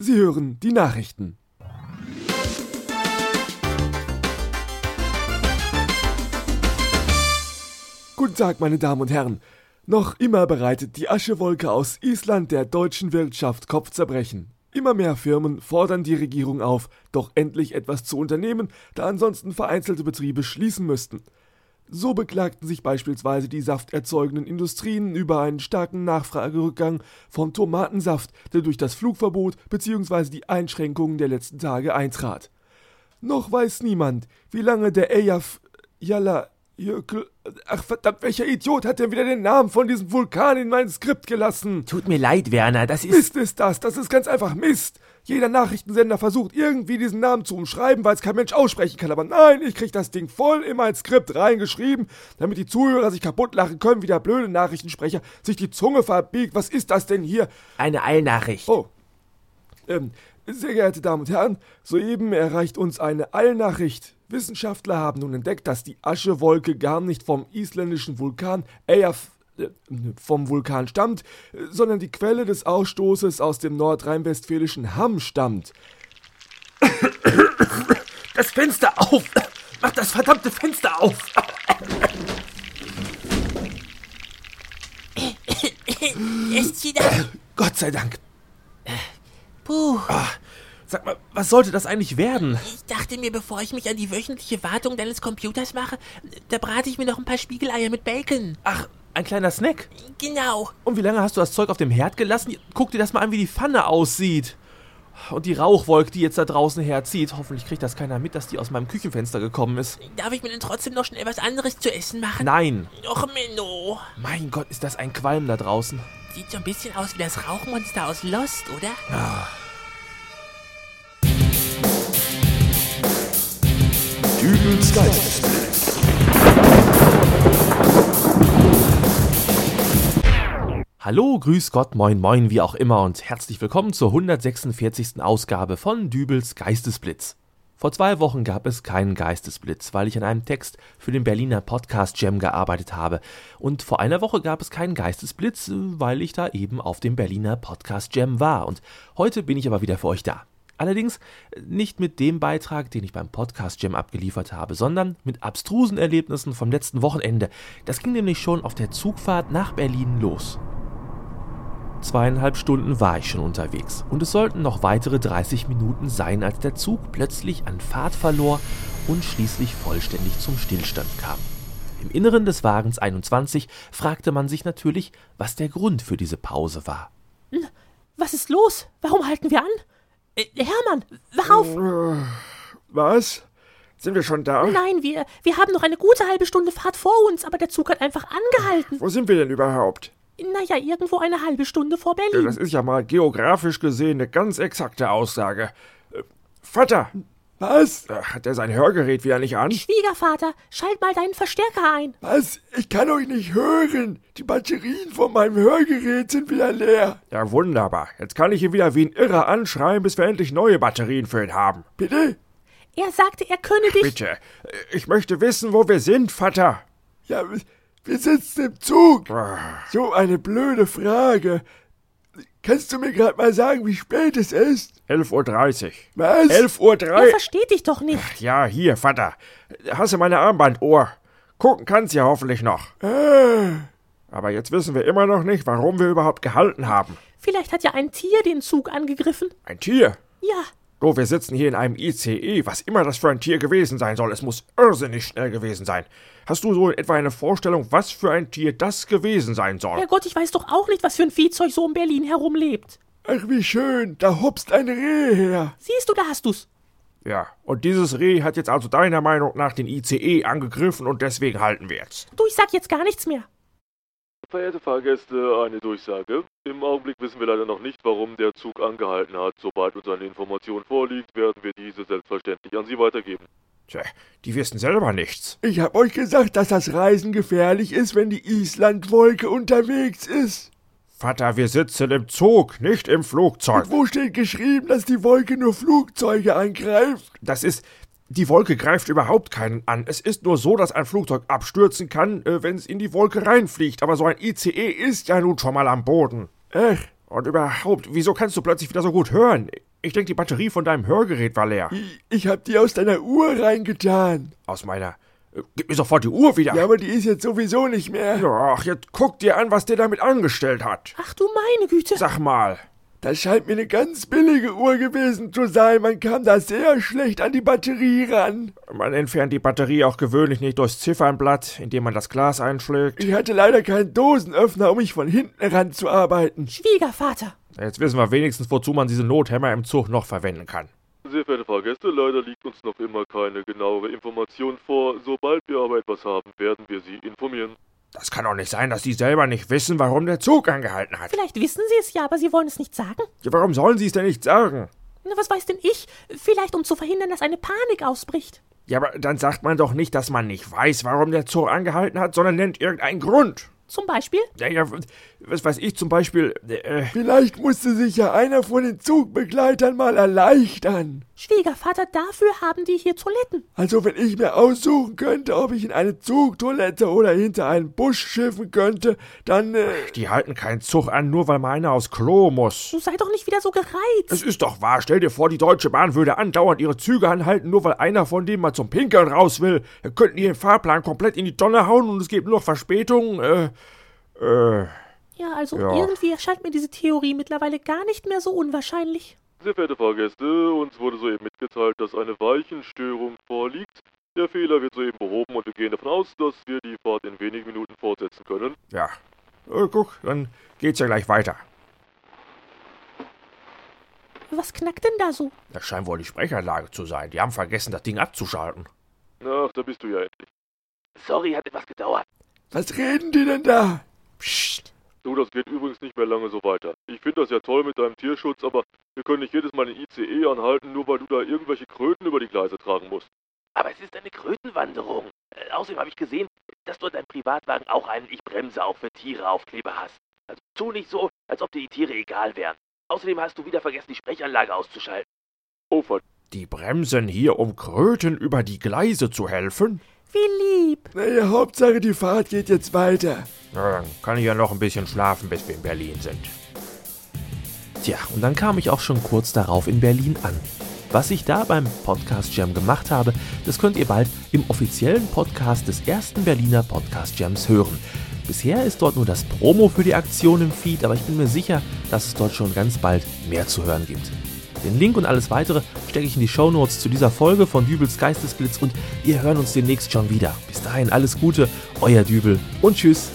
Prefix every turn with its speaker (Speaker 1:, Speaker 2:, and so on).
Speaker 1: Sie hören die Nachrichten. Guten Tag, meine Damen und Herren. Noch immer bereitet die Aschewolke aus Island der deutschen Wirtschaft Kopfzerbrechen. Immer mehr Firmen fordern die Regierung auf, doch endlich etwas zu unternehmen, da ansonsten vereinzelte Betriebe schließen müssten. So beklagten sich beispielsweise die safterzeugenden Industrien über einen starken Nachfragerückgang von Tomatensaft, der durch das Flugverbot bzw. die Einschränkungen der letzten Tage eintrat. Noch weiß niemand, wie lange der Eyjaf Jalla Jökl. Ach verdammt, welcher Idiot hat denn wieder den Namen von diesem Vulkan in mein Skript gelassen?
Speaker 2: Tut mir leid, Werner, das ist.
Speaker 1: Mist ist das, das ist ganz einfach Mist. Jeder Nachrichtensender versucht irgendwie diesen Namen zu umschreiben, weil es kein Mensch aussprechen kann. Aber nein, ich krieg das Ding voll in mein Skript reingeschrieben, damit die Zuhörer sich kaputt lachen können, wie der blöde Nachrichtensprecher sich die Zunge verbiegt. Was ist das denn hier?
Speaker 2: Eine Eilnachricht.
Speaker 1: Oh. Ähm, sehr geehrte Damen und Herren, soeben erreicht uns eine Allnachricht. Wissenschaftler haben nun entdeckt, dass die Aschewolke gar nicht vom isländischen Vulkan Eyjaf äh, vom Vulkan stammt, äh, sondern die Quelle des Ausstoßes aus dem nordrhein-westfälischen Hamm stammt.
Speaker 2: Das Fenster auf! Mach das verdammte Fenster auf!
Speaker 3: Ist sie da?
Speaker 1: Gott sei Dank.
Speaker 3: Puh,
Speaker 2: Sag mal, was sollte das eigentlich werden?
Speaker 3: ich dachte mir, bevor ich mich an die wöchentliche Wartung deines Computers mache, da brate ich mir noch ein paar Spiegeleier mit Bacon.
Speaker 2: Ach, ein kleiner Snack.
Speaker 3: Genau.
Speaker 2: Und wie lange hast du das Zeug auf dem Herd gelassen? Guck dir das mal an, wie die Pfanne aussieht. Und die Rauchwolke, die jetzt da draußen herzieht. Hoffentlich kriegt das keiner mit, dass die aus meinem Küchenfenster gekommen ist.
Speaker 3: Darf ich mir denn trotzdem noch schnell was anderes zu essen machen?
Speaker 2: Nein.
Speaker 3: Och, Menno.
Speaker 2: Mein Gott, ist das ein Qualm da draußen.
Speaker 3: Sieht so ein bisschen aus wie das Rauchmonster aus Lost, oder?
Speaker 4: Dübels Geistesblitz.
Speaker 2: Hallo, grüß Gott, moin, moin, wie auch immer und herzlich willkommen zur 146. Ausgabe von Dübels Geistesblitz. Vor zwei Wochen gab es keinen Geistesblitz, weil ich an einem Text für den Berliner Podcast Jam gearbeitet habe. Und vor einer Woche gab es keinen Geistesblitz, äh, weil ich da eben auf dem Berliner Podcast Jam war. Und heute bin ich aber wieder für euch da. Allerdings äh, nicht mit dem Beitrag, den ich beim Podcast Jam abgeliefert habe, sondern mit abstrusen Erlebnissen vom letzten Wochenende. Das ging nämlich schon auf der Zugfahrt nach Berlin los. Zweieinhalb Stunden war ich schon unterwegs und es sollten noch weitere 30 Minuten sein, als der Zug plötzlich an Fahrt verlor und schließlich vollständig zum Stillstand kam. Im Inneren des Wagens 21 fragte man sich natürlich, was der Grund für diese Pause war.
Speaker 5: Was ist los? Warum halten wir an? Äh, Hermann, wach auf!
Speaker 1: Was? Sind wir schon da?
Speaker 5: Nein, wir, wir haben noch eine gute halbe Stunde Fahrt vor uns, aber der Zug hat einfach angehalten.
Speaker 1: Wo sind wir denn überhaupt?
Speaker 5: Naja, irgendwo eine halbe Stunde vor
Speaker 1: Ja, Das
Speaker 5: Berlin.
Speaker 1: ist ja mal geografisch gesehen eine ganz exakte Aussage. Äh, Vater! Was? Hat er sein Hörgerät wieder nicht an?
Speaker 5: Schwiegervater, schalt mal deinen Verstärker ein.
Speaker 1: Was? Ich kann euch nicht hören. Die Batterien von meinem Hörgerät sind wieder leer. Ja, wunderbar. Jetzt kann ich ihn wieder wie ein Irrer anschreien, bis wir endlich neue Batterien für ihn haben. Bitte?
Speaker 5: Er sagte, er könne dich.
Speaker 1: Bitte. Äh, Ich möchte wissen, wo wir sind, Vater. Ja, wir sitzen im Zug. So eine blöde Frage. Kannst du mir gerade mal sagen, wie spät es ist?
Speaker 6: 11.30 Uhr.
Speaker 1: Was?
Speaker 6: 11.30
Speaker 5: Er
Speaker 6: Uhr.
Speaker 5: versteht dich doch nicht.
Speaker 6: Ja, hier, Vater. Hast du meine Armbanduhr? Gucken kannst ja hoffentlich noch. Aber jetzt wissen wir immer noch nicht, warum wir überhaupt gehalten haben.
Speaker 5: Vielleicht hat ja ein Tier den Zug angegriffen.
Speaker 6: Ein Tier.
Speaker 5: Ja,
Speaker 6: Du, wir sitzen hier in einem ICE, was immer das für ein Tier gewesen sein soll. Es muss irrsinnig schnell gewesen sein. Hast du so in etwa eine Vorstellung, was für ein Tier das gewesen sein soll?
Speaker 5: Herrgott, ich weiß doch auch nicht, was für ein Viehzeug so um Berlin herumlebt.
Speaker 1: Ach, wie schön. Da hopst ein Reh her.
Speaker 5: Siehst du, da hast du's.
Speaker 6: Ja, und dieses Reh hat jetzt also deiner Meinung nach den ICE angegriffen und deswegen halten wir jetzt.
Speaker 5: Du, ich sag jetzt gar nichts mehr.
Speaker 7: Verehrte Fahrgäste, eine Durchsage. Im Augenblick wissen wir leider noch nicht, warum der Zug angehalten hat. Sobald uns eine Information vorliegt, werden wir diese selbstverständlich an Sie weitergeben.
Speaker 6: Tja, die wissen selber nichts.
Speaker 1: Ich hab euch gesagt, dass das Reisen gefährlich ist, wenn die Islandwolke unterwegs ist.
Speaker 6: Vater, wir sitzen im Zug, nicht im Flugzeug.
Speaker 1: Und wo steht geschrieben, dass die Wolke nur Flugzeuge angreift?
Speaker 6: Das ist. Die Wolke greift überhaupt keinen an. Es ist nur so, dass ein Flugzeug abstürzen kann, äh, wenn es in die Wolke reinfliegt. Aber so ein ICE ist ja nun schon mal am Boden.
Speaker 1: Ach,
Speaker 6: Und überhaupt, wieso kannst du plötzlich wieder so gut hören?
Speaker 1: Ich denke, die Batterie von deinem Hörgerät war leer.
Speaker 8: Ich, ich hab die aus deiner Uhr reingetan.
Speaker 1: Aus meiner. Äh, Gib mir sofort die Uhr wieder.
Speaker 8: Ja, aber die ist jetzt sowieso nicht mehr.
Speaker 1: Ach, jetzt guck dir an, was der damit angestellt hat.
Speaker 5: Ach du meine Güte.
Speaker 1: Sag mal.
Speaker 8: Das scheint mir eine ganz billige Uhr gewesen zu sein. Man kam da sehr schlecht an die Batterie ran.
Speaker 1: Man entfernt die Batterie auch gewöhnlich nicht durchs Ziffernblatt, indem man das Glas einschlägt.
Speaker 8: Ich hatte leider keinen Dosenöffner, um mich von hinten ranzuarbeiten.
Speaker 5: Schwiegervater.
Speaker 1: Jetzt wissen wir wenigstens, wozu man diese Nothämmer im Zug noch verwenden kann.
Speaker 7: Sehr verehrte Fahrgäste, leider liegt uns noch immer keine genauere Information vor. Sobald wir aber etwas haben, werden wir Sie informieren.
Speaker 1: Das kann doch nicht sein, dass die selber nicht wissen, warum der Zug angehalten hat.
Speaker 5: Vielleicht wissen Sie es ja, aber Sie wollen es nicht sagen.
Speaker 1: Ja, warum sollen sie es denn nicht sagen?
Speaker 5: Na, was weiß denn ich? Vielleicht, um zu verhindern, dass eine Panik ausbricht.
Speaker 1: Ja, aber dann sagt man doch nicht, dass man nicht weiß, warum der Zug angehalten hat, sondern nennt irgendeinen Grund.
Speaker 5: Zum Beispiel?
Speaker 1: Ja, ja, was weiß ich zum Beispiel, äh,
Speaker 8: Vielleicht musste sich ja einer von den Zugbegleitern mal erleichtern.
Speaker 5: Schwiegervater, dafür haben die hier Toiletten.
Speaker 8: Also wenn ich mir aussuchen könnte, ob ich in eine Zugtoilette oder hinter einen Busch schiffen könnte, dann... Äh,
Speaker 1: die halten keinen Zug an, nur weil mal einer aufs Klo muss.
Speaker 5: Du sei doch nicht wieder so
Speaker 1: Das
Speaker 5: gereizt.
Speaker 1: ist doch wahr. Stell dir vor, die Deutsche Bahn würde andauernd ihre Züge anhalten, nur weil einer von denen mal zum Pinkeln raus will. Dann könnten die den Fahrplan komplett in die Tonne hauen und es gibt nur noch Verspätungen. Äh, äh,
Speaker 5: Ja, also
Speaker 1: Ja.
Speaker 5: irgendwie erscheint mir diese Theorie mittlerweile gar nicht mehr so unwahrscheinlich.
Speaker 7: Sehr verehrte Fahrgäste, uns wurde soeben mitgeteilt, dass eine Weichenstörung vorliegt. Der Fehler wird soeben behoben und wir gehen davon aus, dass wir die Fahrt in wenigen Minuten fortsetzen können.
Speaker 1: ja. Äh, guck, dann geht's ja gleich weiter.
Speaker 5: Was knackt denn da so?
Speaker 1: Das scheint wohl die Sprechanlage zu sein. Die haben vergessen, das Ding abzuschalten.
Speaker 7: Ach, da bist du ja endlich.
Speaker 3: Sorry, hat etwas gedauert.
Speaker 8: was reden die denn da?
Speaker 7: Du, das geht übrigens nicht mehr lange so weiter. Ich finde das ja toll mit deinem Tierschutz, aber wir können nicht jedes Mal den ICE anhalten, nur weil du da irgendwelche Kröten über die Gleise tragen musst.
Speaker 3: Aber es ist eine Krötenwanderung. Äh, außerdem habe ich gesehen, dass du in deinem Privatwagen auch einen Ich bremse auch für Tiere Aufkleber hast. Also tu nicht so, als ob dir die Tiere egal wären. Außerdem hast du wieder vergessen, die Sprechanlage auszuschalten.
Speaker 7: Oh, verdammt.
Speaker 1: Die bremsen hier, um Kröten über die Gleise zu helfen?
Speaker 5: Wie lieb.
Speaker 8: Naja, Hauptsache die Fahrt geht jetzt weiter.
Speaker 1: Na, dann kann ich ja noch ein bisschen schlafen, bis wir in Berlin sind.
Speaker 2: Tja, und dann kam ich auch schon kurz darauf in Berlin an. Was ich da beim Podcast Jam gemacht habe, das könnt ihr bald im offiziellen Podcast des ersten Berliner Podcast Jams hören. Bisher ist dort nur das Promo für die Aktion im Feed, aber ich bin mir sicher, dass es dort schon ganz bald mehr zu hören gibt. Den Link und alles weitere stecke ich in die Shownotes zu dieser Folge von Dübels Geistesblitz und wir hören uns demnächst schon wieder. Bis dahin alles Gute, euer Dübel und tschüss.